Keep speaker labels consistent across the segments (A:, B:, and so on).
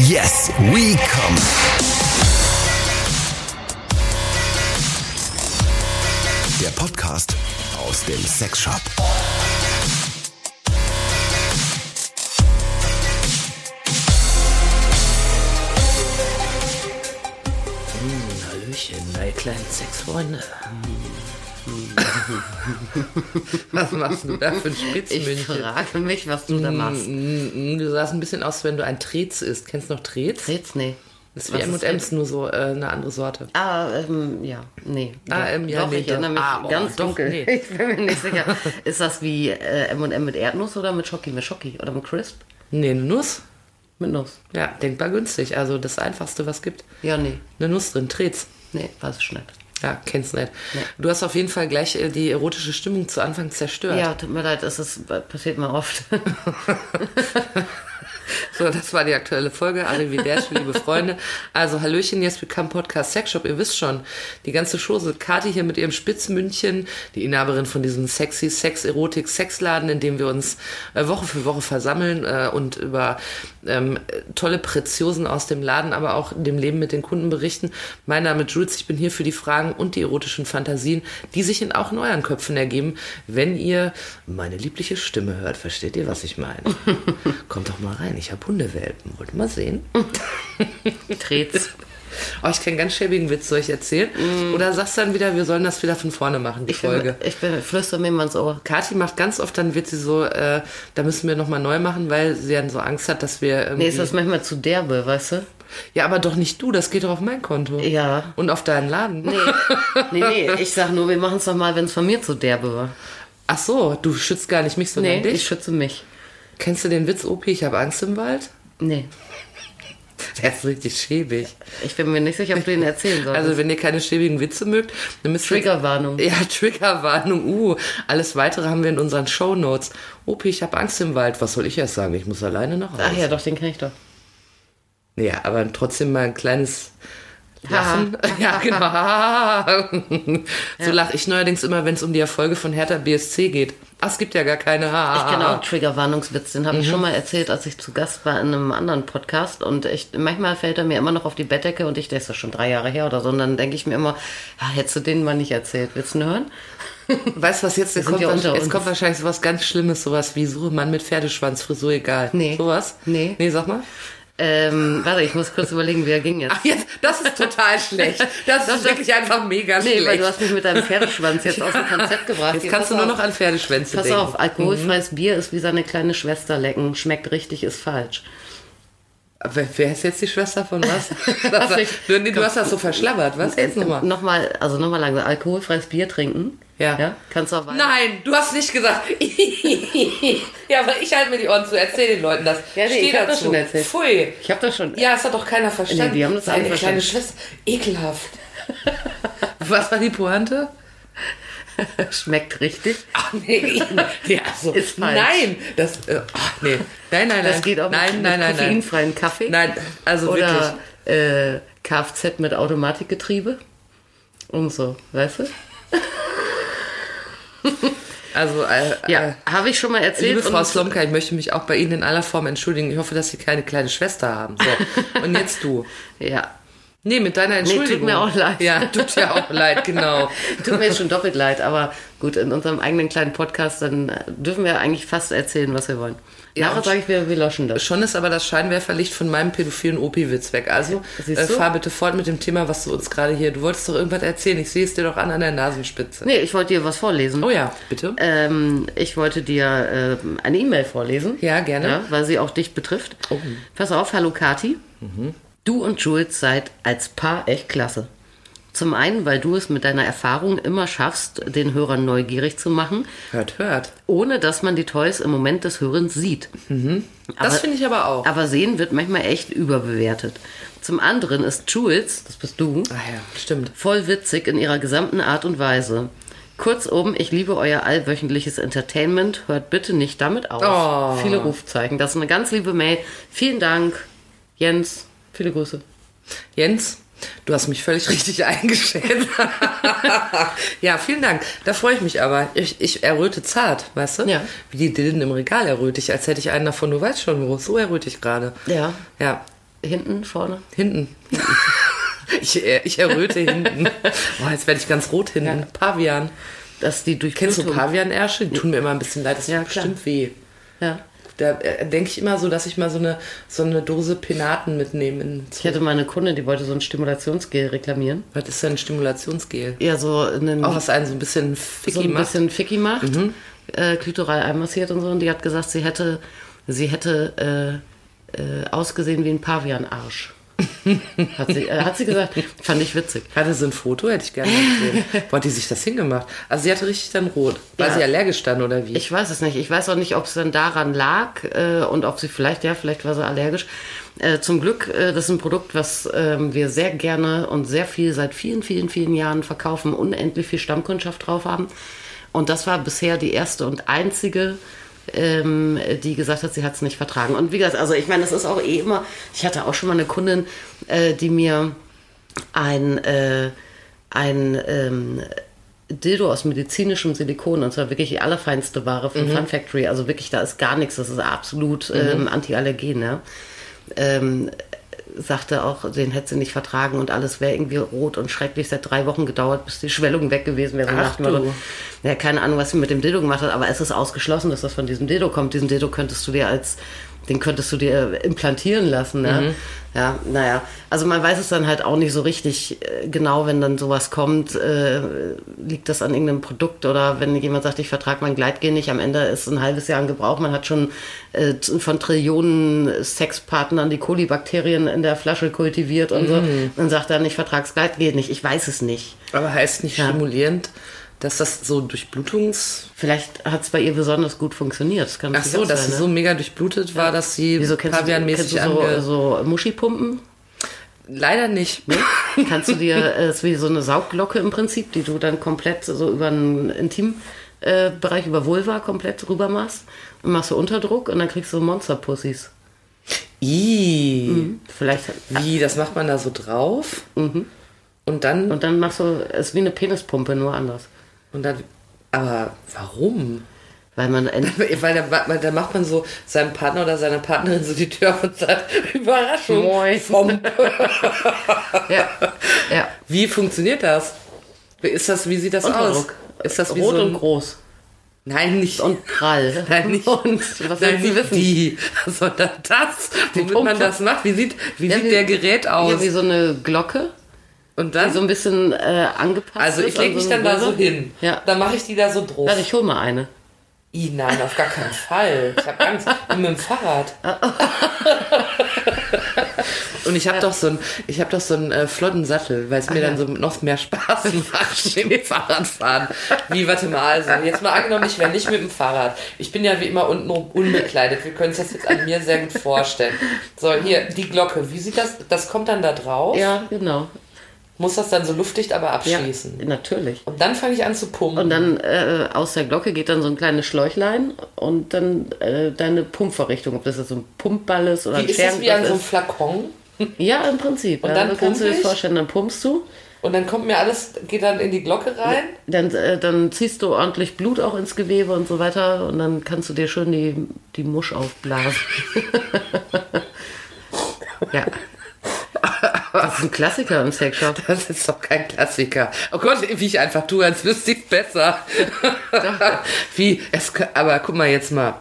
A: Yes, we come. Der Podcast aus dem Sexshop.
B: Hallöchen, meine kleinen Sexfreunde.
C: Was machst du da für ein
B: Ich
C: Spitzmündchen?
B: frage mich, was du da machst.
C: Mm, mm, Du sahst ein bisschen aus, wenn du ein Trez isst. Kennst du noch Trez?
B: Jetzt nee.
C: Das ist
B: Was
C: wie M&M's, nur so äh, eine andere Sorte.
B: Ah, ähm, ja, nee.
C: Ah, ähm, ja,
B: doch,
C: nee,
B: ich
C: doch.
B: erinnere mich
C: Ah, oh,
B: ganz
C: doch,
B: dunkel.
C: nee.
B: Ich bin mir nicht sicher. Ist das wie äh, M&M mit Erdnuss oder mit Schoki? Mit Schoki oder mit Crisp?
C: Nee, eine Nuss.
B: Mit Nuss.
C: Ja, denkbar günstig. Also das Einfachste, was gibt.
B: Ja, nee.
C: Eine Nuss drin, Trez.
B: Nee, weiß ich nicht.
C: Ja, kennst nicht. Du hast auf jeden Fall gleich äh, die erotische Stimmung zu Anfang zerstört.
B: Ja, tut mir leid, es ist, äh, passiert mir oft.
C: So, das war die aktuelle Folge. Arrivederci, liebe Freunde. Also, Hallöchen, jetzt bekam Podcast Sexshop. Ihr wisst schon, die ganze Chose. Kati hier mit ihrem Spitzmündchen, die Inhaberin von diesem sexy Sex-Erotik-Sexladen, in dem wir uns äh, Woche für Woche versammeln äh, und über ähm, tolle Preziosen aus dem Laden, aber auch dem Leben mit den Kunden berichten. Mein Name ist Jules, ich bin hier für die Fragen und die erotischen Fantasien, die sich in auch in euren Köpfen ergeben, wenn ihr meine liebliche Stimme hört. Versteht ihr, was ich meine? Kommt doch mal rein, ich habe Hundewelpen. Wollt ihr mal sehen?
B: Trez.
C: Oh, ich kenne ganz schäbigen Witz, soll ich erzählen? Oder sagst dann wieder, wir sollen das wieder von vorne machen, die
B: Mm. Ich bin,
C: Folge.
B: ich bin, flüster mir mal ins Ohr.
C: Kathi macht ganz oft, dann wird sie so, äh, da müssen wir nochmal neu machen, weil sie dann so Angst hat, dass wir irgendwie...
B: Nee, ist das manchmal zu derbe, weißt du?
C: ja, aber doch nicht du, das geht doch auf mein Konto.
B: Ja.
C: Und auf deinen Laden.
B: Nee, nee, nee. ich sag nur, wir machen es doch mal, wenn es von mir zu derbe war.
C: Ach so, du schützt gar nicht mich, sondern
B: Nee, ich
C: dich.
B: schütze mich.
C: Kennst du den Witz, Opi, ich habe Angst im Wald?
B: Nee,
C: Der ist richtig schäbig.
B: ich bin mir nicht sicher, ob du den erzählen sollst.
C: Also, wenn ihr keine schäbigen Witze mögt, dann müsst ihr...
B: Triggerwarnung.
C: Ja, Triggerwarnung, uh. Alles weitere haben wir in unseren Shownotes. Opi, ich habe Angst im Wald. Was soll ich erst sagen? Ich muss alleine nach Hause.
B: Ach ja, doch, den kenne ich doch.
C: Ja, aber trotzdem mal ein kleines Lachen. ja, genau. so lache ich neuerdings immer, wenn es um die Erfolge von Hertha BSC geht. Ach, es gibt ja gar keine.
B: Ich kenne
C: ah.
B: auch Triggerwarnungswitz, den habe
C: Mhm.
B: ich schon mal erzählt, als ich zu Gast war in einem anderen Podcast. Und ich, manchmal fällt er mir immer noch auf die Bettdecke und ich, der ist ja schon drei Jahre her oder so. Und dann denke ich mir immer, ja, hättest du den mal nicht erzählt. Willst du ihn hören?
C: Weißt du, was jetzt, jetzt,
B: sind
C: kommt,
B: ja unter
C: jetzt
B: uns.
C: kommt wahrscheinlich sowas ganz Schlimmes, sowas wie Suche Mann mit Pferdeschwanz, Frisur egal.
B: Nee.
C: Sowas?
B: Nee.
C: Nee, sag mal.
B: Ähm, warte, ich muss kurz überlegen, wie er ging jetzt.
C: Ach, jetzt, das ist total schlecht. Das, ist wirklich einfach mega
B: Nee,
C: schlecht.
B: weil du hast mich mit deinem Pferdeschwanz jetzt aus dem Konzept gebracht.
C: Jetzt
B: Hier,
C: kannst du
B: pass
C: nur noch
B: auf.
C: Mhm. an Pferdeschwänze
B: Pass
C: denken.
B: auf, alkoholfreies Bier ist wie seine kleine Schwester lecken. Schmeckt richtig, ist falsch.
C: Aber wer ist jetzt die Schwester von was? Das,
B: ich-
C: du, nee, du hast das so verschlabbert, was? Jetzt nochmal.
B: Nochmal, also nochmal langsam, alkoholfreies Bier trinken.
C: Ja.
B: Kannst du auch weiter.
C: Nein, du hast nicht gesagt. ja, aber ich halte mir die Ohren zu. Erzähl den Leuten das.
B: Ja, nee,
C: Steh
B: ich hab das
C: dazu.
B: schon erzählt.
C: Pfui.
B: Ich habe das schon.
C: Ja, es hat doch keiner verstanden.
B: Nee, die haben das alle
C: Eine kleine
B: verstanden.
C: Schwester. Ekelhaft. was war die Pointe?
B: Schmeckt richtig.
C: Ach nee, ja, so.
B: Ist falsch.
C: Nein, das, äh, ach, nee. nein, nein, nein.
B: Das geht auch
C: nein,
B: mit,
C: nein, nein,
B: mit
C: nein.
B: koffeinfreien Kaffee.
C: Nein, also wirklich.
B: Oder äh, Kfz mit Automatikgetriebe. Und so, weißt du?
C: Also, äh,
B: Ja,
C: äh,
B: habe ich schon mal erzählt.
C: Liebe Frau
B: und-
C: Slomka, ich möchte mich auch bei Ihnen in aller Form entschuldigen. Ich hoffe, dass Sie keine kleine Schwester haben. So, und jetzt du.
B: Ja,
C: Nee, mit deiner
B: tut
C: Entschuldigung.
B: mir auch leid.
C: Ja, tut dir auch leid, genau.
B: tut mir jetzt schon doppelt leid, aber gut, in unserem eigenen kleinen Podcast, dann äh, dürfen wir eigentlich fast erzählen, was wir wollen.
C: Ja,
B: Nachher
C: und-
B: sage ich wieder, wir löschen das.
C: Schon ist aber das Scheinwerferlicht von meinem pädophilen Opi-Witz weg. Also, äh,
B: Siehst du?
C: fahr bitte fort mit dem Thema, was du uns gerade hier... Du wolltest doch irgendwas erzählen. Ich sehe es dir doch an, an der Nasenspitze.
B: Nee, ich wollte dir was vorlesen.
C: Oh ja, bitte.
B: Ähm, ich wollte dir ähm, eine E-Mail vorlesen.
C: Ja, gerne. Oh.
B: Ja, weil sie auch dich betrifft. Pass auf, hallo Kati.
C: Mhm.
B: Du und Jules seid als Paar echt klasse. Zum einen, weil du es mit deiner Erfahrung immer schaffst, den Hörern neugierig zu machen,
C: Hört, hört.
B: ohne dass man die Toys im Moment des Hörens sieht.
C: Mhm. Das finde ich aber auch.
B: Aber sehen wird manchmal echt überbewertet. Zum anderen ist Jules, das bist du,
C: Ach ja, stimmt.
B: voll witzig in ihrer gesamten Art und Weise. Kurzum, ich liebe euer allwöchentliches Entertainment. Hört bitte nicht damit auf.
C: Oh.
B: Viele Rufzeichen. Das ist eine ganz liebe Mail. Vielen Dank, Jens. Viele Grüße.
C: Jens, du hast mich völlig richtig eingeschätzt. ja, vielen Dank. Da freue ich mich aber. Ich, ich erröte zart, weißt du?
B: Ja.
C: Wie die Dillen im Regal erröte ich, als hätte ich einen davon. Du weißt schon, wo. So erröte ich gerade.
B: Ja.
C: Ja.
B: Hinten, vorne?
C: Hinten. ich, äh, ich erröte hinten. Boah, jetzt werde ich ganz rot hinten. Pavian.
B: Dass die durch
C: Kennst du Pavianersche? Die tun mir immer ein bisschen leid. Das
B: Ja,
C: tut
B: klar.
C: bestimmt weh.
B: Ja.
C: Da äh, denke ich immer so, dass ich mal so eine, so eine Dose Penaten mitnehme. In
B: Ich hatte mal eine Kundin, die wollte so ein Stimulationsgel reklamieren.
C: Was ist denn ein Stimulationsgel?
B: Ja, so einen,
C: Auch was einen so ein bisschen
B: so
C: ficky
B: ein
C: macht. Mhm.
B: bisschen Ficky macht, äh, klitoral einmassiert und so. Und die hat gesagt, sie hätte, sie hätte äh, äh, ausgesehen wie ein Pavianarsch. hat, sie, äh, hat sie gesagt. Fand ich witzig.
C: Hatte sie ein Foto, hätte ich gerne gesehen. Wo hat die sich das hingemacht? Also sie hatte richtig dann rot. War
B: Ja.
C: sie allergisch dann oder wie?
B: Ich weiß es nicht. Ich weiß auch nicht, ob es dann daran lag äh, und ob sie vielleicht, ja, vielleicht war sie allergisch. Äh, zum Glück, äh, das ist ein Produkt, was ähm, wir sehr gerne und sehr viel seit vielen, vielen, vielen Jahren verkaufen, unendlich viel Stammkundschaft drauf haben. Und das war bisher die erste und einzige, ähm, die gesagt hat, sie hat es nicht vertragen. Und wie gesagt, also ich meine, das ist auch eh immer, ich hatte auch schon mal eine Kundin, äh, die mir ein, äh, ein ähm, Dildo aus medizinischem Silikon und zwar wirklich die allerfeinste Ware
C: Mhm.
B: von Fun Factory. Also wirklich, da ist gar nichts. Das ist absolut ähm, antiallergen. Ne? Ähm, sagte auch, den hätte sie nicht vertragen und alles wäre irgendwie rot und schrecklich. Seit drei Wochen gedauert, bis die Schwellung weg gewesen wäre. So
C: Ach
B: dachten wir so,
C: du.
B: Ja, keine Ahnung, was sie mit dem Dildo gemacht hat, aber es ist ausgeschlossen, dass das von diesem Dildo kommt. Diesen Dildo könntest du dir als, den könntest du dir äh, implantieren lassen. Ne? Ja, naja. Also man weiß es dann halt auch nicht so richtig äh, genau, wenn dann sowas kommt, äh, liegt das an irgendeinem Produkt oder wenn jemand sagt, ich vertrage mein Gleitgel nicht, am Ende ist ein halbes Jahr in Gebrauch, man hat schon äh, z- von Trillionen Sexpartnern die Kolibakterien in der Flasche kultiviert und so und sagt dann, ich vertrag's Gleitgel nicht. Ich weiß es nicht.
C: Aber heißt nicht
B: Ja.
C: stimulierend, dass das so Durchblutungs...
B: Vielleicht hat es bei ihr besonders gut funktioniert. Das kann
C: Ach so,
B: natürlich auch
C: dass
B: sein,
C: sie
B: ne?
C: so mega durchblutet war, dass sie
B: Wieso kennst du, kennst
C: pavianmäßig
B: du so, Ne?
C: ange...
B: so Muschipumpen?
C: Leider nicht.
B: Kannst du dir, äh, ist wie so eine Saugglocke im Prinzip, die du dann komplett so über einen Intimbereich, äh, Bereich, über Vulva komplett rüber machst und machst so Unterdruck und dann kriegst du so Monsterpussys.
C: Ih.
B: Mhm. Hm. Vielleicht.
C: Wie, das macht man da so drauf?
B: Mhm.
C: Und dann...
B: Und dann machst du, ist wie eine Penispumpe, nur anders.
C: Und dann aber warum?
B: Weil man end-
C: Weil da, weil da macht man so seinem Partner oder seiner Partnerin so die Tür auf und sagt, Überraschung.
B: Moin.
C: Vom
B: ja, ja.
C: Wie funktioniert das? Ist das, wie sieht das
B: Unterdruck.
C: aus? Ist das wie
B: Rot
C: so ein,
B: und groß.
C: Nein, nicht.
B: Und prall.
C: nein, nicht.
B: Und was soll
C: nein,
B: sie
C: nicht
B: wissen?
C: die, sondern das, womit
B: Pumpe.
C: man das macht. Wie sieht, wie
B: Ja,
C: sieht
B: wie-
C: der Gerät
B: Ja,
C: aus?
B: wie so eine Glocke,
C: und
B: die
C: dann,
B: so ein bisschen äh, angepasst
C: also ich
B: ist an
C: lege mich
B: eine
C: dann da so
B: Vulva.
C: hin.
B: Ja.
C: Dann mache ich die da so drauf.
B: Warte, ich hol mal eine.
C: Ih, nein, auf gar keinen Fall. Ich habe Angst. Wie mit dem Fahrrad. Und ich habe doch so einen, ich habe doch so einen äh, flotten Sattel, weil es mir
B: Ah,
C: dann so noch mehr Spaß macht mit dem Fahrradfahren. Wie, warte mal, also jetzt mal angenommen, ich wäre nicht mit dem Fahrrad. Ich bin ja wie immer untenrum unbekleidet. Wir können es das jetzt an mir sehr gut vorstellen. So, hier, die Glocke. Wie sieht das, das kommt dann da drauf?
B: Ja, genau.
C: Muss das dann so luftdicht aber
B: Ja,
C: abschließen?
B: natürlich.
C: Und dann fange ich an zu pumpen.
B: Und dann äh, aus der Glocke geht dann so ein kleines Schläuchlein und dann äh, deine Pumpverrichtung, ob das jetzt so ein Pumpball ist oder
C: wie
B: ein
C: ist das wie an so
B: Scherengriff
C: einem
B: ist.
C: Flakon?
B: Ja, im Prinzip.
C: Und
B: ja,
C: dann
B: das kannst du dir
C: pump ich?
B: vorstellen, dann pumpst du,
C: Und dann kommt mir alles, geht dann in die Glocke rein.
B: dann, äh, dann ziehst du ordentlich Blut auch ins Gewebe und so weiter und dann kannst du dir schön die, die Musch aufblasen. ja. Das ist ein Klassiker im Sexshop.
C: Das ist doch kein Klassiker. Oh Gott, wie ich einfach tue, als wüsste ich besser. wie, es, kö- aber guck mal jetzt mal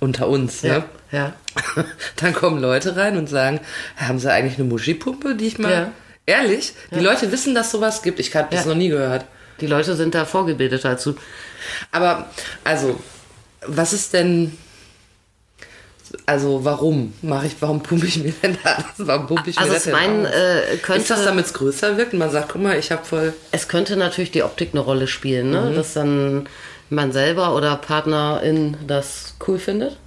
C: unter uns, ne?
B: Ja. ja.
C: Dann kommen Leute rein und sagen, haben sie eigentlich eine Muschipumpe, die ich mal...
B: Ja.
C: Ehrlich? Die Leute wissen, dass sowas gibt. Ich habe das
B: Ja.
C: noch nie gehört.
B: Die Leute sind da vorgebildet dazu.
C: Aber, also, was ist denn... Also, warum mache ich, warum pumpe ich mir denn das? Warum pumpe ich
B: Also
C: mir das
B: es mein,
C: aus?
B: äh, könnte,
C: Ist das, damit es größer wirkt und man sagt, guck mal, ich habe voll...
B: es könnte natürlich die Optik eine Rolle spielen,
C: Mhm.
B: ne? dass dann man selber oder Partnerin das cool findet.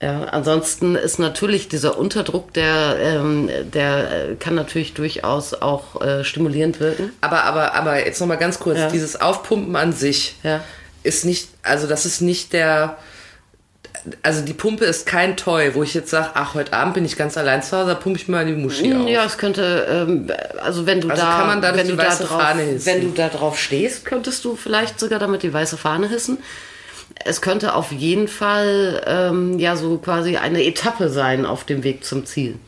B: Ja, ansonsten ist natürlich dieser Unterdruck, der, ähm, der äh, kann natürlich durchaus auch äh, stimulierend wirken.
C: Aber, aber, aber jetzt nochmal ganz kurz,
B: Ja.
C: dieses Aufpumpen an sich
B: Ja.
C: ist nicht, also das ist nicht der, also die Pumpe ist kein Toy, wo ich jetzt sage, ach, heute Abend bin ich ganz allein zu Hause, da pumpe ich mal die Muschi auf.
B: Mm, Ja, es könnte, ähm, also wenn du
C: Also
B: da,
C: kann man dadurch
B: wenn du
C: die
B: da
C: weiße
B: drauf,
C: Fahne hissen.
B: wenn du da drauf stehst, könntest du vielleicht sogar damit die weiße Fahne hissen. Es könnte auf jeden Fall ähm, ja so quasi eine Etappe sein auf dem Weg zum Ziel.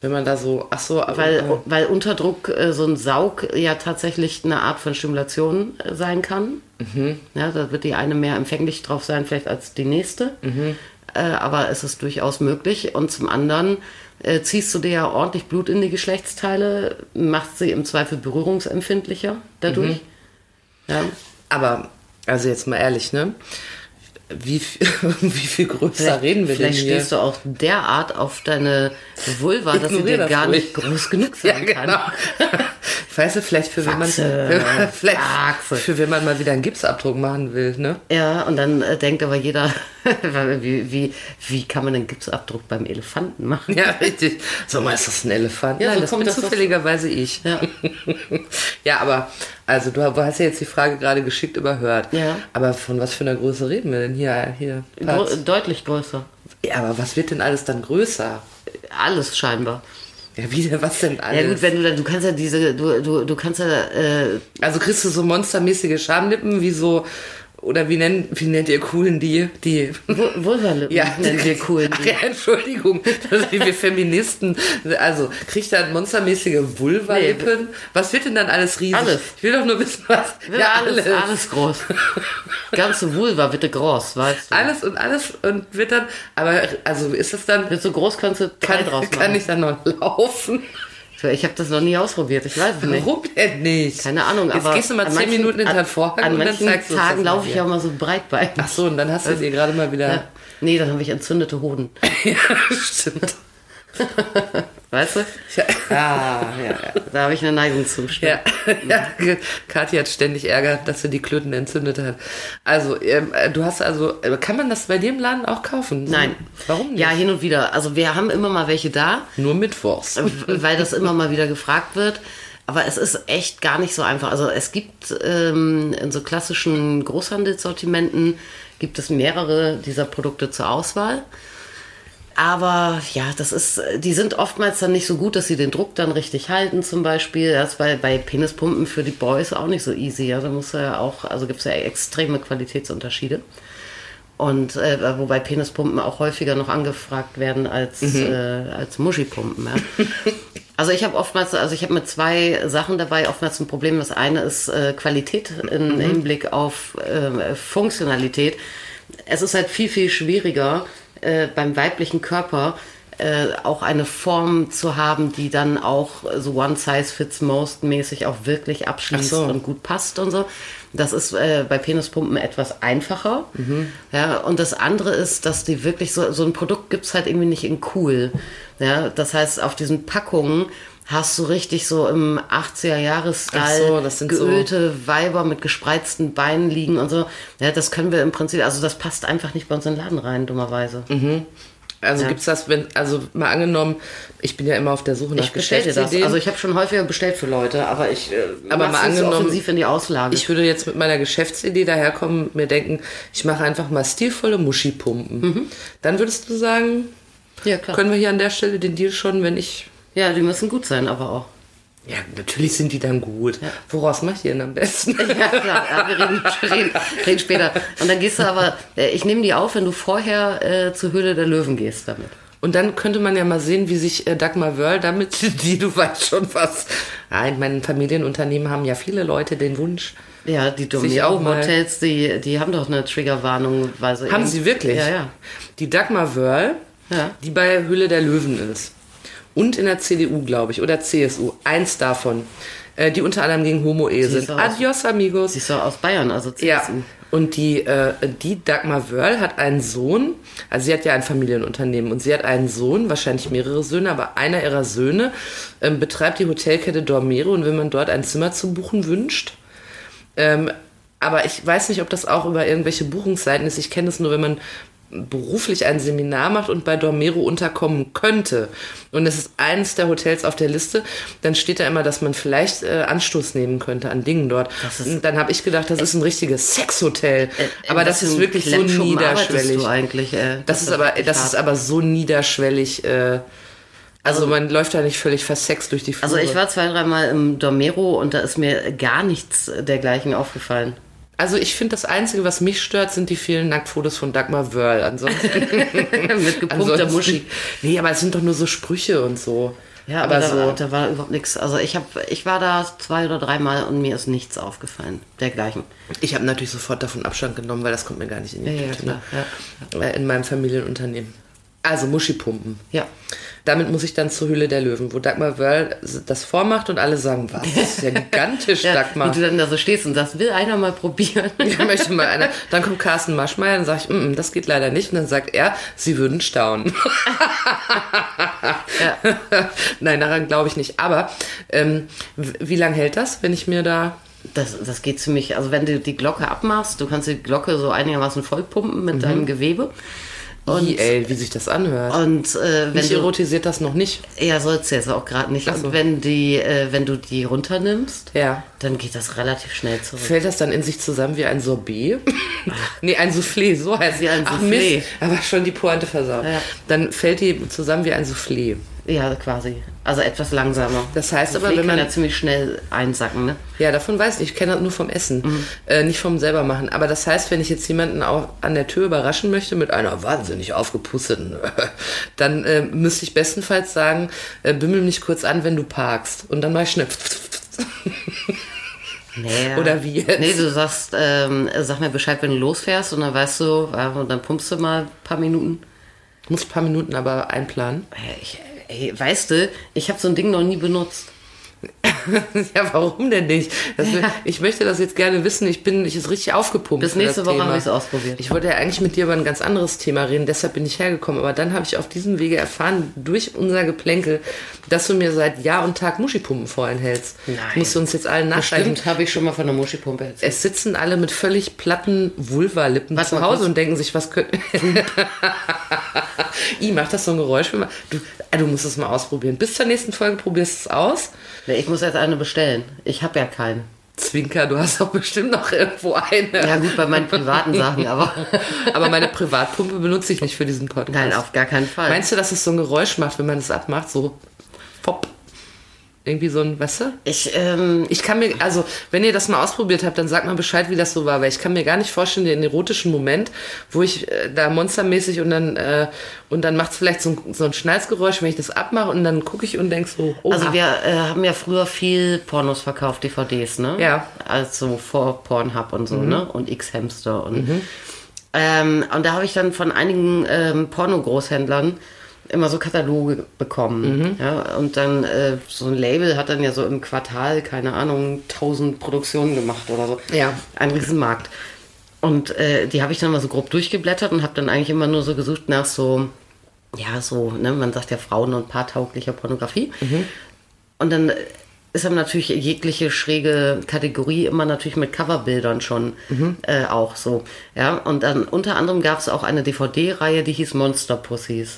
C: Wenn man da so, ach so, aber-
B: Weil,
C: aber-
B: weil Unterdruck, äh, so ein Saug, ja tatsächlich eine Art von Stimulation äh, sein kann.
C: Mhm.
B: Ja, da wird die eine mehr empfänglich drauf sein, vielleicht als die nächste.
C: Mhm.
B: Äh, aber es ist durchaus möglich. Und zum anderen äh, ziehst du dir ja ordentlich Blut in die Geschlechtsteile, machst sie im Zweifel berührungsempfindlicher dadurch.
C: Mhm.
B: Ja.
C: aber, also jetzt mal ehrlich, ne? Wie, viel- wie viel größer reden wir denn
B: vielleicht
C: hier?
B: stehst du auch derart auf deine Vulva, dass sie
C: Ignorier
B: dir
C: das
B: gar
C: ruhig.
B: nicht groß genug
C: ja,
B: sein kann.
C: genau. Weißt du, vielleicht für wenn man,
B: Faxe.
C: vielleicht
B: Faxe.
C: für wenn man mal wieder einen Gipsabdruck machen will, ne?
B: Ja, und dann äh, denkt aber jeder, wie, wie, wie kann man einen Gipsabdruck beim Elefanten machen?
C: Ja, richtig. So mal ist das ein Elefant.
B: Ja,
C: Nein,
B: so
C: das
B: kommt
C: bin
B: das doch-
C: zufälligerweise ich.
B: Ja.
C: ja, aber also du hast ja jetzt die Frage gerade geschickt überhört.
B: Ja.
C: Aber von was für einer Größe reden wir denn hier? hier
B: Gro
C: Parts?
B: deutlich größer.
C: ja, aber was wird denn alles dann größer?
B: Alles scheinbar.
C: Ja, wie denn, was denn alles?
B: Ja gut, wenn du dann, du kannst ja diese, du, du, du kannst ja, äh,
C: also kriegst du so monstermäßige Schamlippen wie so, oder wie, nennen, wie nennt ihr coolen die? Die.
B: Vul- Vulvalippen ja, nennen wir cool.
C: Ach ja, Entschuldigung, das sind wir Feministen. Also, kriegt er monstermäßige Vulva-Lippen? Was wird denn dann alles riesig?
B: Alles.
C: Ich will doch nur wissen, was.
B: Ja, alles, alles groß. Ganze Vulva bitte groß, weißt du.
C: Alles und alles und wird dann, aber also ist das dann,
B: Wird so groß kannst du drei
C: kann,
B: draus machen.
C: kann ich dann noch laufen?
B: So, Ich habe das noch nie ausprobiert, ich weiß es nicht.
C: Warum denn nicht?
B: Keine Ahnung,
C: Jetzt
B: aber
C: gehst du mal
B: an
C: zehn
B: manchen-
C: Minuten hinter den
B: an-
C: Vorhang
B: An
C: und dann
B: manchen
C: zeigst du es
B: Tagen
C: das mal
B: laufe ich
C: hier.
B: ja immer so breitbeinig.
C: Ach so, und dann hast du dir gerade mal wieder.
B: Ja. Nee, dann habe ich entzündete Hoden.
C: Ja, stimmt.
B: Weißt du?
C: Ja, ah, ja, ja.
B: Da habe ich eine Neigung zu. stimmt.
C: Ja, ja. Kathi hat ständig Ärger, dass sie die Klöten entzündet hat. Also, ähm, äh, du hast also, äh, kann man das bei dir im Laden auch kaufen? So,
B: Nein.
C: Warum nicht?
B: Ja, hin und wieder. Also wir haben immer mal welche da,
C: Nur mittwochs.
B: weil das immer mal wieder gefragt wird. Aber es ist echt gar nicht so einfach. Also es gibt ähm, in so klassischen Großhandelssortimenten gibt es mehrere dieser Produkte zur Auswahl. Aber ja, das ist, die sind oftmals dann nicht so gut, dass sie den Druck dann richtig halten, zum Beispiel. Das ist bei, bei Penispumpen für die Boys auch nicht so easy. Ja, da muss ja auch, also gibt es ja extreme Qualitätsunterschiede. Und äh, wobei Penispumpen auch häufiger noch angefragt werden als,
C: Mhm.
B: äh, als Muschipumpen. Ja. also ich habe oftmals, also ich habe mit zwei Sachen dabei oftmals ein Problem. Das eine ist äh, Qualität
C: Mhm.
B: im Hinblick auf äh, Funktionalität. Es ist halt viel, viel schwieriger äh, beim weiblichen Körper äh, auch eine Form zu haben, die dann auch so one size fits most mäßig auch wirklich abschließt
C: Ach so.
B: und gut passt und so. Das ist äh, bei Penispumpen etwas einfacher. Ja, und das andere ist, dass die wirklich so, so ein Produkt gibt's halt irgendwie nicht in cool. Ja, das heißt, auf diesen Packungen hast du richtig so im 80er-Jahres-Style
C: Ach so, das sind so-
B: geölte Weiber mit gespreizten Beinen liegen und so. Ja, das können wir im Prinzip, also das passt einfach nicht bei uns in den Laden rein, dummerweise.
C: Mhm. Also gibt's das, wenn, also mal angenommen, ich bin ja immer auf der Suche nach
B: Ich bestelle dir das.
C: Geschäftsideen.
B: Also ich habe schon häufiger bestellt für Leute, aber ich äh,
C: Aber
B: mach's
C: mal
B: nicht so
C: angenommen,
B: offensiv in die Auslage.
C: Ich würde jetzt mit meiner Geschäftsidee daherkommen, mir denken, ich mache einfach mal stilvolle Muschipumpen. Dann würdest du sagen,
B: ja, Mhm. klar.
C: können wir hier an der Stelle den Deal schon, wenn ich.
B: ja, die müssen gut sein, aber auch.
C: Ja, natürlich sind die dann gut. Woraus macht ihr denn am besten?
B: Ja, klar, ja, wir reden, reden, reden später. Und dann gehst du aber, äh, ich nehme die auf, wenn du vorher äh, zur Höhle der Löwen gehst damit.
C: Und dann könnte man ja mal sehen, wie sich äh, Dagmar Wörl damit, die du weißt schon was. Ja, in meinen Familienunternehmen haben ja viele Leute den Wunsch.
B: Ja, die
C: Sich auch mal.
B: Domino-Hotels, die, die haben doch eine Triggerwarnung. Weil sie
C: Haben
B: eben-
C: sie wirklich?
B: Ja, ja.
C: Die Dagmar Wörl,
B: Ja.
C: die bei Hülle der Löwen ist. Und in der CDU, glaube ich, oder CSU. Eins davon. Äh, die unter anderem gegen Homo-Ehe
B: Sie
C: sind.
B: ist auch-
C: Adios, amigos.
B: Sie ist doch aus Bayern, also CSU.
C: Ja. Und die, äh, die Dagmar Wörl hat einen Sohn, also sie hat ja ein Familienunternehmen und sie hat einen Sohn, wahrscheinlich mehrere Söhne, aber einer ihrer Söhne ähm, betreibt die Hotelkette Dormero und wenn man dort ein Zimmer zu buchen wünscht, ähm, aber ich weiß nicht, ob das auch über irgendwelche Buchungsseiten ist. Ich kenne es nur, wenn man beruflich ein Seminar macht und bei Dormero unterkommen könnte und es ist eines der Hotels auf der Liste, dann steht da immer, dass man vielleicht äh, Anstoß nehmen könnte an Dingen dort.
B: ist- Äh,
C: Und dann habe ich gedacht, das ist ein richtiges Sexhotel, aber das ist wirklich so niederschwellig.
B: Du eigentlich, äh,
C: Das ist aber das ist aber so niederschwellig. Äh, also man läuft da nicht völlig versext durch die Flure.
B: also ich war zwei, dreimal im Domero und da ist mir gar nichts dergleichen aufgefallen.
C: Also ich finde, das Einzige, was mich stört, sind die vielen Nacktfotos von Dagmar Wörl. Ansonsten,
B: Mit gepumpter
C: ansonsten
B: Muschi.
C: Nee, aber es sind doch nur so Sprüche und so.
B: Ja, aber,
C: aber
B: da,
C: so.
B: da war überhaupt nichts. Also ich habe, ich war da zwei oder dreimal und mir ist nichts aufgefallen. Dergleichen.
C: Ich habe natürlich sofort davon Abstand genommen, weil das kommt mir gar nicht in die
B: Ja, ja,
C: Tüte,
B: klar,
C: ne? Äh, In meinem Familienunternehmen. Also Muschipumpen.
B: Ja.
C: Damit muss ich dann zur Höhle der Löwen, wo Dagmar Wörl das vormacht und alle sagen, was, das ist ja gigantisch,
B: ja
C: Dagmar.
B: und du dann da so stehst und sagst, will einer mal probieren?
C: Ich möchte mal einer. Dann kommt Carsten Maschmeyer und sagt, mm, das geht leider nicht. Und dann sagt er, sie würden staunen. Nein, daran glaube ich nicht. Aber ähm, w- wie lange hält das, wenn ich mir da.
B: Das, das geht ziemlich, also wenn du die Glocke abmachst, du kannst die Glocke so einigermaßen vollpumpen
C: Mhm.
B: mit deinem Gewebe. Und,
C: Wie, ey, wie sich das anhört.
B: und äh, wenn
C: Mich
B: du,
C: erotisiert das noch nicht.
B: ja, sollst du jetzt auch gerade nicht.
C: Ach so.
B: Und wenn die, äh, wenn du die runternimmst,
C: Ja.
B: dann geht das relativ schnell zurück.
C: Fällt das dann in sich zusammen wie ein Sorbet? nee, ein Soufflé, so heißt es.
B: Wie ein
C: Ach,
B: Soufflé.
C: Mist, aber schon die Pointe versaut.
B: Ja.
C: Dann fällt die zusammen wie ein Soufflé.
B: Ja, quasi. Also etwas langsamer.
C: Das heißt aber,
B: Soufflé
C: wenn man-
B: kann ja ziemlich schnell einsacken, ne?
C: Ja, davon weiß ich. Ich kenne das nur vom Essen,
B: Mhm.
C: äh, nicht vom selber machen. Aber das heißt, wenn ich jetzt jemanden auch an der Tür überraschen möchte mit einer wahnsinnig aufgepusteten, dann äh, müsste ich bestenfalls sagen, äh, bimmel mich kurz an, wenn du parkst. Und dann mach ich schnell.
B: Naja.
C: Oder wie jetzt?
B: Nee, du sagst, ähm, sag mir Bescheid, wenn du losfährst und dann weißt du, äh, und dann pumpst du mal ein paar Minuten.
C: Muss ein paar Minuten aber einplanen.
B: Ey, Ich, ey, weißt du, ich habe so ein Ding noch nie benutzt.
C: ja, warum denn nicht? Das, Ich möchte das jetzt gerne wissen. Ich bin, ich ist richtig aufgepumpt.
B: Bis
C: für
B: nächste
C: das
B: Woche
C: Thema.
B: habe ich's ausprobiert.
C: Ich wollte ja eigentlich mit dir über ein ganz anderes Thema reden, deshalb bin ich hergekommen. Aber dann habe ich auf diesem Wege erfahren, durch unser Geplänkel, dass du mir seit Jahr und Tag Muschipumpen vorenthältst.
B: Nein.
C: Musst du uns jetzt allen nachschreiben.
B: Bestimmt habe ich schon mal von der Muschipumpe erzählt.
C: Es sitzen alle mit völlig platten Vulvalippen
B: Warte
C: zu
B: mal
C: Hause
B: kurz.
C: und denken sich, was könnte. I, macht das so ein Geräusch? wenn man- Du, ah, du musst es mal ausprobieren. Bis zur nächsten Folge probierst du es aus.
B: Nee, Ich muss jetzt eine bestellen. Ich habe ja keinen.
C: Zwinker, du hast doch bestimmt noch irgendwo eine.
B: Ja gut, bei meinen privaten Sachen, aber
C: Aber meine Privatpumpe benutze ich nicht für diesen Podcast.
B: nein, auf gar keinen Fall.
C: Meinst du, dass es so ein Geräusch macht, wenn man es abmacht? So pop. Irgendwie so ein, weißt du?
B: ich, ähm,
C: Ich kann mir, also, wenn ihr das mal ausprobiert habt, dann sagt mal Bescheid, wie das so war, weil ich kann mir gar nicht vorstellen, den erotischen Moment, wo ich äh, da monstermäßig und dann, äh, und dann macht es vielleicht so ein, so ein Schnalzgeräusch, wenn ich das abmache und dann gucke ich und denk so, oh,
B: also wir äh, haben ja früher viel Pornos verkauft, DVDs, ne?
C: Ja.
B: Also vor Pornhub und so, ne? Und X-Hamster und ähm, und da habe ich dann von einigen ähm, Porno-Großhändlern immer so Kataloge bekommen. Ja, und dann äh, so ein Label hat dann ja so im Quartal, keine Ahnung, 1000 Produktionen gemacht oder so.
C: Ja.
B: Ein Riesenmarkt. Und äh, die habe ich dann mal so grob durchgeblättert und habe dann eigentlich immer nur so gesucht nach so, ja, so, ne, man sagt ja Frauen- und paartauglicher Pornografie. Und dann äh, ist aber natürlich jegliche schräge Kategorie immer natürlich mit Coverbildern schon äh, auch so. Ja, und dann unter anderem gab es auch eine DVD-Reihe, die hieß Monster Pussies.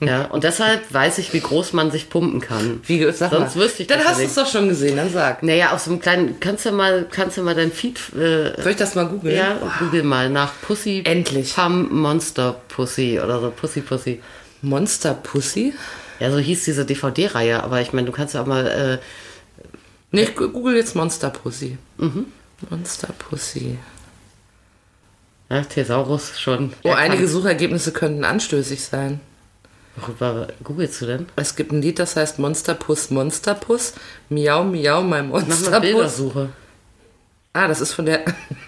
B: ja, und deshalb weiß ich, wie groß man sich pumpen kann.
C: wie, sag
B: Sonst
C: mal,
B: wüsste ich
C: Dann
B: das
C: hast du
B: ja
C: es doch schon gesehen, dann sag.
B: Naja, auf so einem kleinen, kannst du mal, kannst du mal dein Feed, äh,
C: Soll ich das mal googeln?
B: ja, google mal nach Pussy.
C: Endlich.
B: Pam Monster Pussy oder so Pussy Pussy.
C: Monster Pussy?
B: Ja, so hieß diese DVD-Reihe, aber ich meine, du kannst ja auch mal, äh,
C: Nee, ich gu- google jetzt Monster Pussy.
B: Mhm.
C: Monster Pussy.
B: ja, ne, Thesaurus schon.
C: Oh,
B: erkannt.
C: einige Suchergebnisse könnten anstößig sein.
B: Worüber googelst du denn?
C: Es gibt ein Lied, das heißt Monsterpuss, Monsterpuss. Miau, miau, mein
B: Mach mal
C: Monsterpuss.
B: Bildersuche.
C: Ah, das ist von der.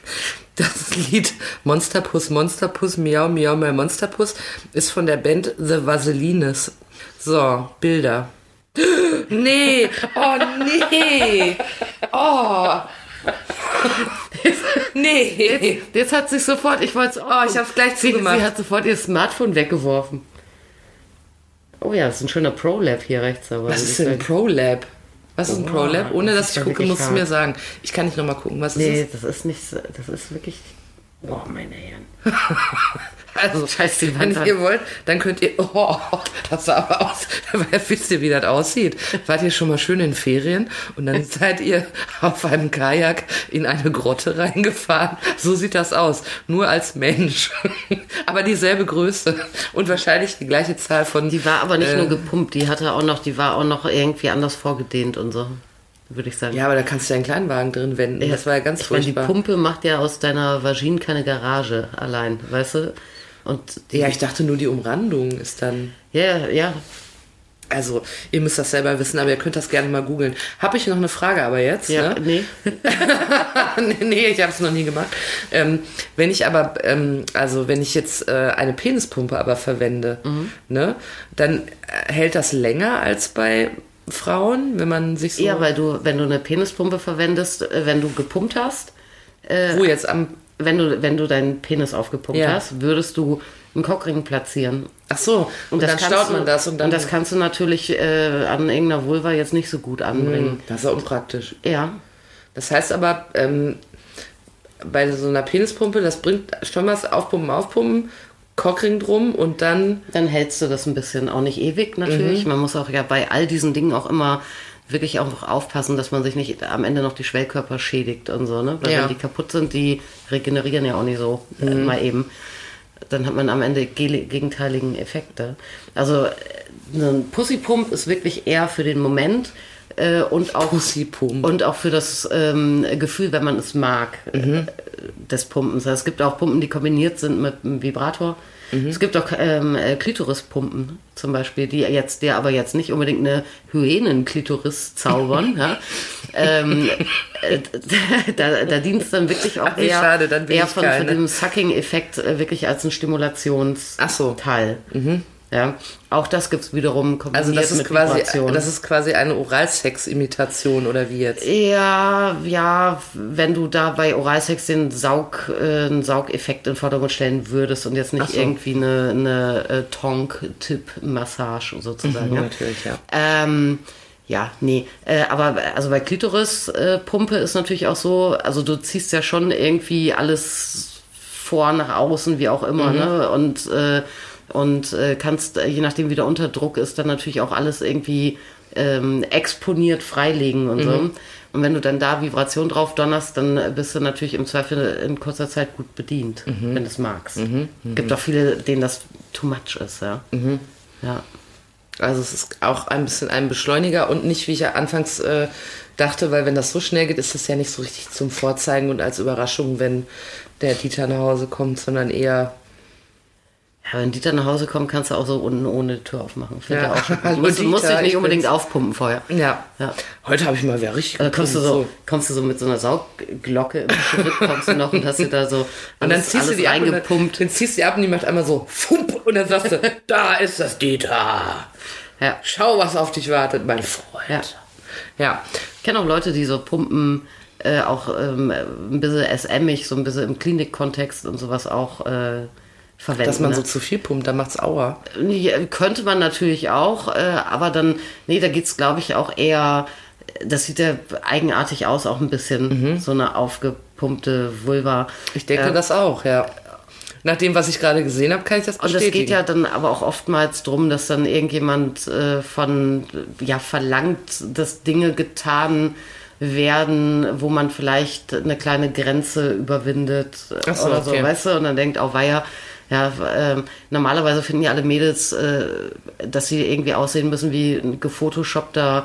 C: Das Lied Monsterpuss, Monsterpuss, miau, miau, mein Monsterpuss ist von der Band The Vaselines. So, Bilder. Nee, oh nee. Oh. Nee.
B: Jetzt hat sich sofort, ich wollte es auch.
C: Oh, ich hab's gleich
B: sie,
C: zugemacht.
B: sie hat sofort ihr Smartphone weggeworfen. Oh ja, das ist ein schöner Pro-Lab hier rechts. Aber halt-
C: Was ist denn ein ProLab? Was ist ein
B: Oh,
C: ProLab? Ohne
B: das
C: dass
B: ist
C: ich
B: ja
C: gucke,
B: wirklich
C: musst du
B: hart.
C: mir sagen. Ich kann nicht nochmal gucken, was ist
B: Nee,
C: es?
B: das ist nicht, so- das ist wirklich, oh meine Herren.
C: Also,
B: Scheiß die
C: Wenn
B: Wand an.
C: ihr wollt, dann könnt ihr. Oh, das sah aber aus. Weil wisst ihr, wie das aussieht. Wart ihr schon mal schön in Ferien und dann seid ihr auf einem Kajak in eine Grotte reingefahren. So sieht das aus. Nur als Mensch. Aber dieselbe Größe und wahrscheinlich die gleiche Zahl von.
B: Die war aber nicht
C: äh,
B: nur gepumpt, die hatte auch noch, die war auch noch irgendwie anders vorgedehnt und so, würde ich sagen.
C: Ja, aber da kannst du deinen Kleinwagen drin wenden. Das war ja ganz
B: ich meine, die
C: furchtbar.
B: Pumpe macht ja aus deiner Vagine keine Garage allein, weißt du? Und die,
C: ja, ich dachte nur, die Umrandung ist dann.
B: ja, ja,
C: Also, ihr müsst das selber wissen, aber ihr könnt das gerne mal googeln. Habe ich noch eine Frage aber jetzt?
B: Ja,
C: ne?
B: nee.
C: nee, nee, ich habe es noch nie gemacht. Ähm, wenn ich aber, ähm, also wenn ich jetzt äh, eine Penispumpe aber verwende,
B: Mhm.
C: ne, dann äh, hält das länger als bei Frauen, wenn man sich so
B: Ja, weil du, wenn du eine Penispumpe verwendest, äh, wenn du gepumpt hast,
C: Ruhe jetzt am.
B: wenn du, wenn du deinen Penis aufgepumpt
C: Ja.
B: hast, würdest du einen Cockring platzieren.
C: Ach so, und, dann
B: kannst
C: staut
B: du-
C: man das und dann.
B: das kannst du natürlich äh, an irgendeiner Vulva jetzt nicht so gut anbringen.
C: das ist ja unpraktisch.
B: Ja.
C: Das heißt aber, ähm, bei so einer Penispumpe, das bringt schon was aufpumpen, aufpumpen, Cockring drum und dann.
B: Dann hältst du das ein bisschen auch nicht ewig natürlich.
C: Mhm.
B: Man muss auch ja bei all diesen Dingen auch immer wirklich auch noch aufpassen, dass man sich nicht am Ende noch die Schwellkörper schädigt und so, ne? Weil
C: Ja. Mhm.
B: wenn die kaputt sind, die regenerieren ja auch nicht so äh, mal eben. Dann hat man am Ende gele- gegenteiligen Effekte. Also äh, ein Pussypump ist wirklich eher für den Moment äh, und auch
C: Pussypump. Mhm.
B: und auch für das ähm, Gefühl, wenn man es mag, äh, des Pumpens. Also es gibt auch Pumpen, die kombiniert sind mit einem Vibrator.
C: Mhm.
B: Es gibt auch ähm, äh, Klitorispumpen zum Beispiel, die jetzt, der aber jetzt nicht unbedingt eine Hyänen-Klitoris zaubern. ja. ähm, äh, da, da dient es dann wirklich auch
C: Ach, wie
B: eher,
C: schade, dann bin
B: eher
C: ich
B: von,
C: keine.
B: von dem Sucking-Effekt äh, wirklich als ein
C: Ach so. Mhm.
B: Stimulationsteil. Ja, auch das gibt es wiederum kombiniert
C: Also das ist
B: mit
C: quasi,
B: Vibration.
C: das ist quasi eine Oralsex-Imitation oder wie jetzt?
B: Ja, ja, wenn du da bei Oralsex den Saug, äh, einen Saugeffekt in den Vordergrund stellen würdest und jetzt
C: Ach
B: nicht
C: so.
B: irgendwie eine, eine äh, Tonk-Tipp-Massage sozusagen. ja.
C: Mhm. Natürlich, ja.
B: Ähm, ja, nee. Äh, aber also bei Klitoris-Pumpe ist natürlich auch so, also du ziehst ja schon irgendwie alles vor, nach außen, wie auch immer, ne? Und, äh, und äh, kannst, äh, je nachdem wie der Unterdruck ist, dann natürlich auch alles irgendwie ähm, exponiert freilegen und so. Und wenn du dann da Vibration drauf donnerst, dann bist du natürlich im Zweifel in kurzer Zeit gut bedient, wenn du es magst. Gibt auch viele, denen das too much ist, ja. Ja.
C: Also es ist auch ein bisschen ein Beschleuniger und nicht, wie ich ja anfangs äh, dachte, weil wenn das so schnell geht, ist das ja nicht so richtig zum Vorzeigen und als Überraschung, wenn der Dieter nach Hause kommt, sondern eher
B: Ja, wenn Dieter nach Hause kommt, kannst du auch so unten ohne die Tür aufmachen. Fällt
C: Ja.
B: ja auch schon.
C: Hallo,
B: Du musst,
C: Dieter,
B: musst dich
C: ich
B: nicht unbedingt
C: bin's.
B: aufpumpen vorher.
C: ja.
B: Ja.
C: Heute habe ich mal wer richtig
B: Also kommst du
C: gepumpt,
B: so, kommst du so mit so einer Saugglocke im Schritt, kommst du noch und hast dir da so
C: Und dann
B: alles,
C: ziehst du
B: alles
C: die ab und dann,
B: reingepumpt.
C: dann ziehst du die ab und die macht einmal so fump und dann sagst du, da ist das Dieter.
B: Ja.
C: Schau, was auf dich wartet, mein Freund.
B: Ja.
C: ja.
B: Ich kenne auch Leute, die so pumpen, äh, auch ähm, ein bisschen SM-ig, so ein bisschen im Klinikkontext und sowas auch äh, verwenden.
C: Dass man
B: ne?
C: so zu viel pumpt, dann macht's Aua.
B: Ja, könnte man natürlich auch, äh, aber dann, nee, da geht's glaube ich, auch eher, das sieht ja eigenartig aus, auch ein bisschen, so eine aufgepumpte Vulva.
C: Mhm. Ich denke
B: Ja.
C: das auch, ja. Nach dem, was ich gerade gesehen habe, kann ich das
B: Und
C: bestätigen.
B: es geht ja dann aber auch oftmals drum, dass dann irgendjemand äh, von, ja, verlangt, dass Dinge getan werden, wo man vielleicht eine kleine Grenze überwindet
C: Ach so,
B: oder so,
C: okay.
B: weißt du, und dann denkt, oh weia, ja, ähm, normalerweise finden ja alle Mädels, äh, dass sie irgendwie aussehen müssen wie ein gefotoshoppter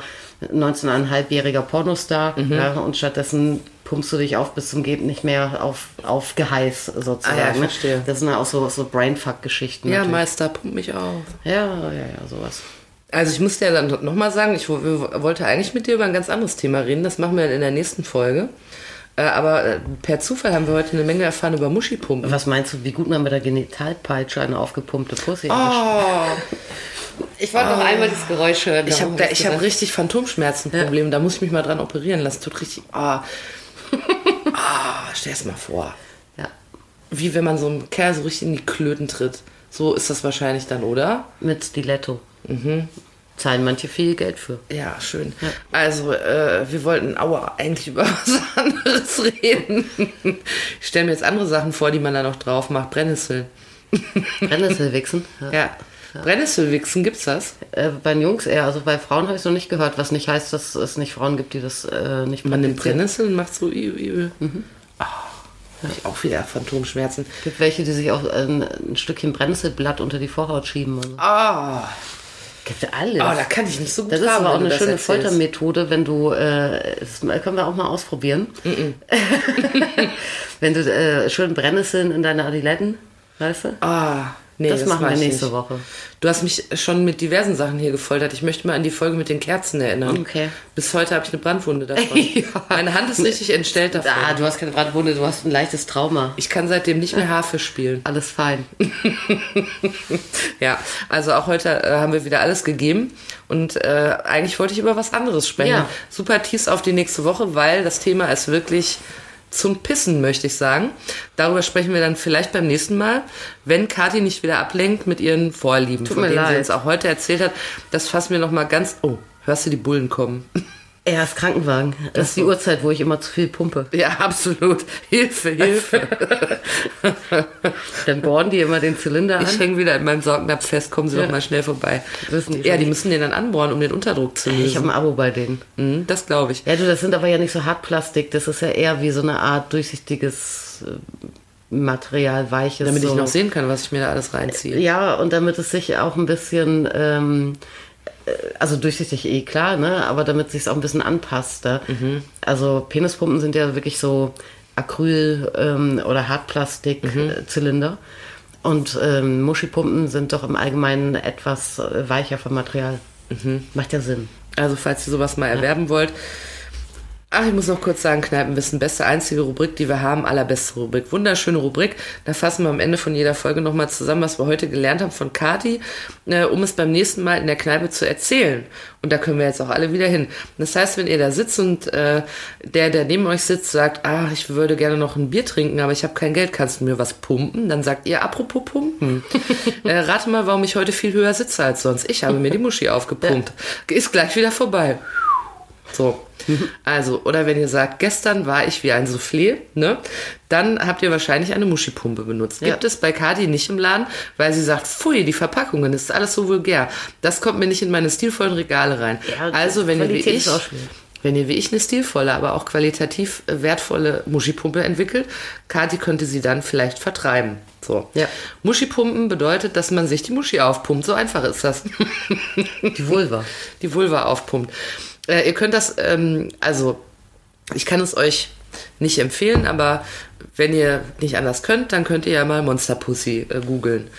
B: 19,5-jähriger Pornostar,
C: Mhm.
B: ja, und stattdessen pumpst du dich auf bis zum Geht nicht mehr auf, auf Geheiß sozusagen.
C: Ah ja, ich
B: ne?
C: verstehe.
B: Das sind ja auch so, so Brainfuck-Geschichten.
C: Ja,
B: natürlich.
C: Meister, pump mich auf.
B: ja, ja, ja, sowas.
C: Also ich muss dir dann nochmal sagen, ich wo- wir- wollte eigentlich mit dir über ein ganz anderes Thema reden. Das machen wir dann in der nächsten Folge. Äh, Aber äh, per Zufall haben wir heute eine Menge erfahren über Muschipumpen.
B: Was meinst du, wie gut man mit der Genitalpeitsche eine aufgepumpte Pussy Ah. erwischt?
C: Oh,
B: Ich wollte noch einmal das Geräusch hören.
C: ich
B: darum
C: habe
B: ich's
C: ich hab
B: gesagt.
C: richtig Phantomschmerzenprobleme. Da muss ich mich mal dran operieren lassen. Tut richtig. Ah, ah stell es mal vor.
B: ja.
C: Wie wenn man so einem Kerl so richtig in die Klöten tritt. So ist das wahrscheinlich dann, oder?
B: Mit Stiletto.
C: Mhm.
B: Zahlen manche viel Geld für.
C: Ja, schön. Also, äh, wir wollten Aua eigentlich über was anderes reden. Ich stelle mir jetzt andere Sachen vor, die man da noch drauf macht. Brennnesseln.
B: Brennnesselwichsen.
C: Ja. Brennnesselwichsen, gibt's das?
B: Äh, bei den Jungs eher, also bei Frauen habe ich es noch nicht gehört, was nicht heißt, dass es nicht Frauen gibt, die das äh, nicht
C: Man nimmt ne?
B: praktizieren.
C: Brennnesseln und macht so übel. übel. Ah, hab ich auch wieder Phantomschmerzen.
B: Es gibt welche, die sich auch ein, ein Stückchen Brennnesselblatt unter die Vorhaut schieben. Also.
C: Ah,
B: Gibt alles.
C: ah, da kann ich nicht so gut
B: Das ist
C: haben,
B: aber auch
C: wenn du
B: eine
C: das
B: schöne
C: erzählst.
B: Foltermethode, wenn du, äh, das können wir auch mal ausprobieren. wenn du äh, schön Brennnesseln in deine Adiletten, weißt du?
C: Ah, Nee,
B: das, machen
C: mach
B: wir
C: ich
B: nächste
C: nicht.
B: Woche.
C: Du hast mich schon mit diversen Sachen hier gefoltert. Ich möchte mal an die Folge mit den Kerzen erinnern.
B: Okay.
C: Bis heute habe ich eine Brandwunde davon.
B: Ja.
C: Meine Hand ist richtig entstellt davon.
B: Ah, du hast keine Brandwunde, du hast ein leichtes Trauma.
C: Ich kann seitdem nicht mehr Harfe spielen.
B: Alles fein.
C: Ja, also auch heute äh, haben wir wieder alles gegeben. Und äh, eigentlich wollte ich über was anderes sprechen.
B: Ja.
C: Super Tease auf die nächste Woche, weil das Thema ist wirklich zum Pissen, möchte ich sagen. Darüber sprechen wir dann vielleicht beim nächsten Mal, wenn Kathi nicht wieder ablenkt mit ihren Vorlieben,
B: Tut
C: von
B: mir
C: denen sie
B: leid.
C: uns auch heute erzählt hat. Das fassen wir nochmal ganz... Oh, hörst du die Bullen kommen?
B: Er ist Krankenwagen. Das ist die Uhrzeit, wo ich immer zu viel pumpe.
C: Ja, absolut. Hilfe, Hilfe.
B: Dann bohren die immer den Zylinder an.
C: Ich hänge wieder in meinem Sorgennapf fest. Kommen Sie doch mal schnell vorbei.
B: Wissen die
C: ja,
B: schon.
C: die müssen den dann anbohren, um den Unterdruck zu
B: Ich
C: lösen.
B: habe ein Abo bei denen.
C: Mhm, das glaube ich.
B: Ja, du, das sind aber ja nicht so Hartplastik. Das ist ja eher wie so eine Art durchsichtiges äh, Material, weiches.
C: Damit
B: so.
C: ich noch sehen kann, was ich mir da alles reinziehe.
B: Ja, und damit es sich auch ein bisschen, ähm, äh, also durchsichtig eh klar, ne? aber damit es sich auch ein bisschen anpasst. Da. Also Penispumpen sind ja wirklich so Acryl- ähm, oder Mhm. Hartplastikzylinder. Und ähm, Muschipumpen sind doch im Allgemeinen etwas äh, weicher vom Material. Macht ja Sinn.
C: Also, falls ihr sowas mal erwerben wollt. Ach, ich muss noch kurz sagen, Kneipenwissen, beste einzige Rubrik, die wir haben, allerbeste Rubrik. Wunderschöne Rubrik. Da fassen wir am Ende von jeder Folge nochmal zusammen, was wir heute gelernt haben von Kati, äh, um es beim nächsten Mal in der Kneipe zu erzählen. Und da können wir jetzt auch alle wieder hin. Das heißt, wenn ihr da sitzt und äh, der, der neben euch sitzt, sagt, ah, ich würde gerne noch ein Bier trinken, aber ich habe kein Geld, kannst du mir was pumpen? Dann sagt ihr, apropos pumpen. äh, rate mal, warum ich heute viel höher sitze als sonst. Ich habe mir die Muschi aufgepumpt. Ist gleich wieder vorbei. So. Also, oder wenn ihr sagt, gestern war ich wie ein Soufflé, ne? Dann habt ihr wahrscheinlich eine Muschipumpe benutzt.
B: Ja.
C: Gibt es bei Kati nicht im Laden, weil sie sagt, pfui, die Verpackungen, das ist alles so vulgär. Das kommt mir nicht in meine stilvollen Regale rein.
B: Ja,
C: also, wenn ihr wie
B: Qualität
C: ich,
B: ist auch schwierig.
C: wenn ihr wie ich eine stilvolle, aber auch qualitativ wertvolle Muschipumpe entwickelt, Kati könnte sie dann vielleicht vertreiben. So.
B: Ja.
C: Muschipumpen bedeutet, dass man sich die Muschi aufpumpt. So einfach ist das.
B: Die Vulva.
C: die Vulva aufpumpt. Äh, ihr könnt das, ähm, also ich kann es euch nicht empfehlen, aber wenn ihr nicht anders könnt, dann könnt ihr ja mal Monster Pussy äh, googeln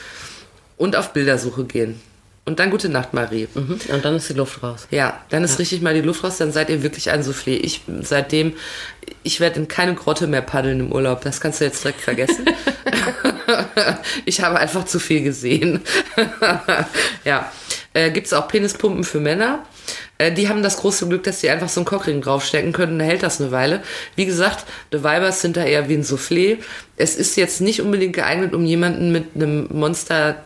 C: und auf Bildersuche gehen. Und dann gute Nacht, Marie.
B: Mhm. Und dann ist die Luft raus.
C: Ja, dann ist richtig mal die Luft raus, dann seid ihr wirklich ein Soufflé. Ich seitdem, ich werde in keine Grotte mehr paddeln im Urlaub. Das kannst du jetzt direkt vergessen. ich habe einfach zu viel gesehen. ja. Äh, Gibt es auch Penispumpen für Männer? Äh, die haben das große Glück, dass sie einfach so einen Cockring draufstecken können, und dann hält das eine Weile. Wie gesagt, die Weibers sind da eher wie ein Soufflé. Es ist jetzt nicht unbedingt geeignet, um jemanden mit einem Monster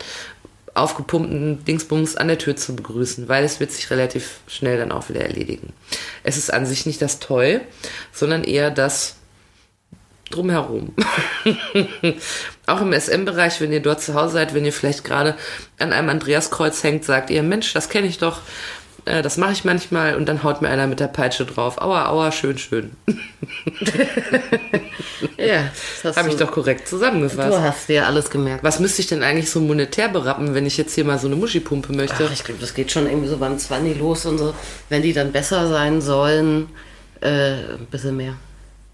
C: aufgepumpten Dingsbums an der Tür zu begrüßen, weil es wird sich relativ schnell dann auch wieder erledigen. Es ist an sich nicht das Toll, sondern eher das drumherum. auch im SM-Bereich, wenn ihr dort zu Hause seid, wenn ihr vielleicht gerade an einem Andreaskreuz hängt, sagt ihr, Mensch, das kenne ich doch, äh, das mache ich manchmal und dann haut mir einer mit der Peitsche drauf. Aua, aua, schön, schön.
B: Ja, das
C: Habe ich doch korrekt zusammengefasst.
B: Du hast dir alles gemerkt.
C: Was müsste ich denn eigentlich so monetär berappen, wenn ich jetzt hier mal so eine Muschipumpe möchte?
B: Ach, ich glaube, das geht schon irgendwie so beim 20 los und so. Wenn die dann besser sein sollen, äh, ein bisschen mehr.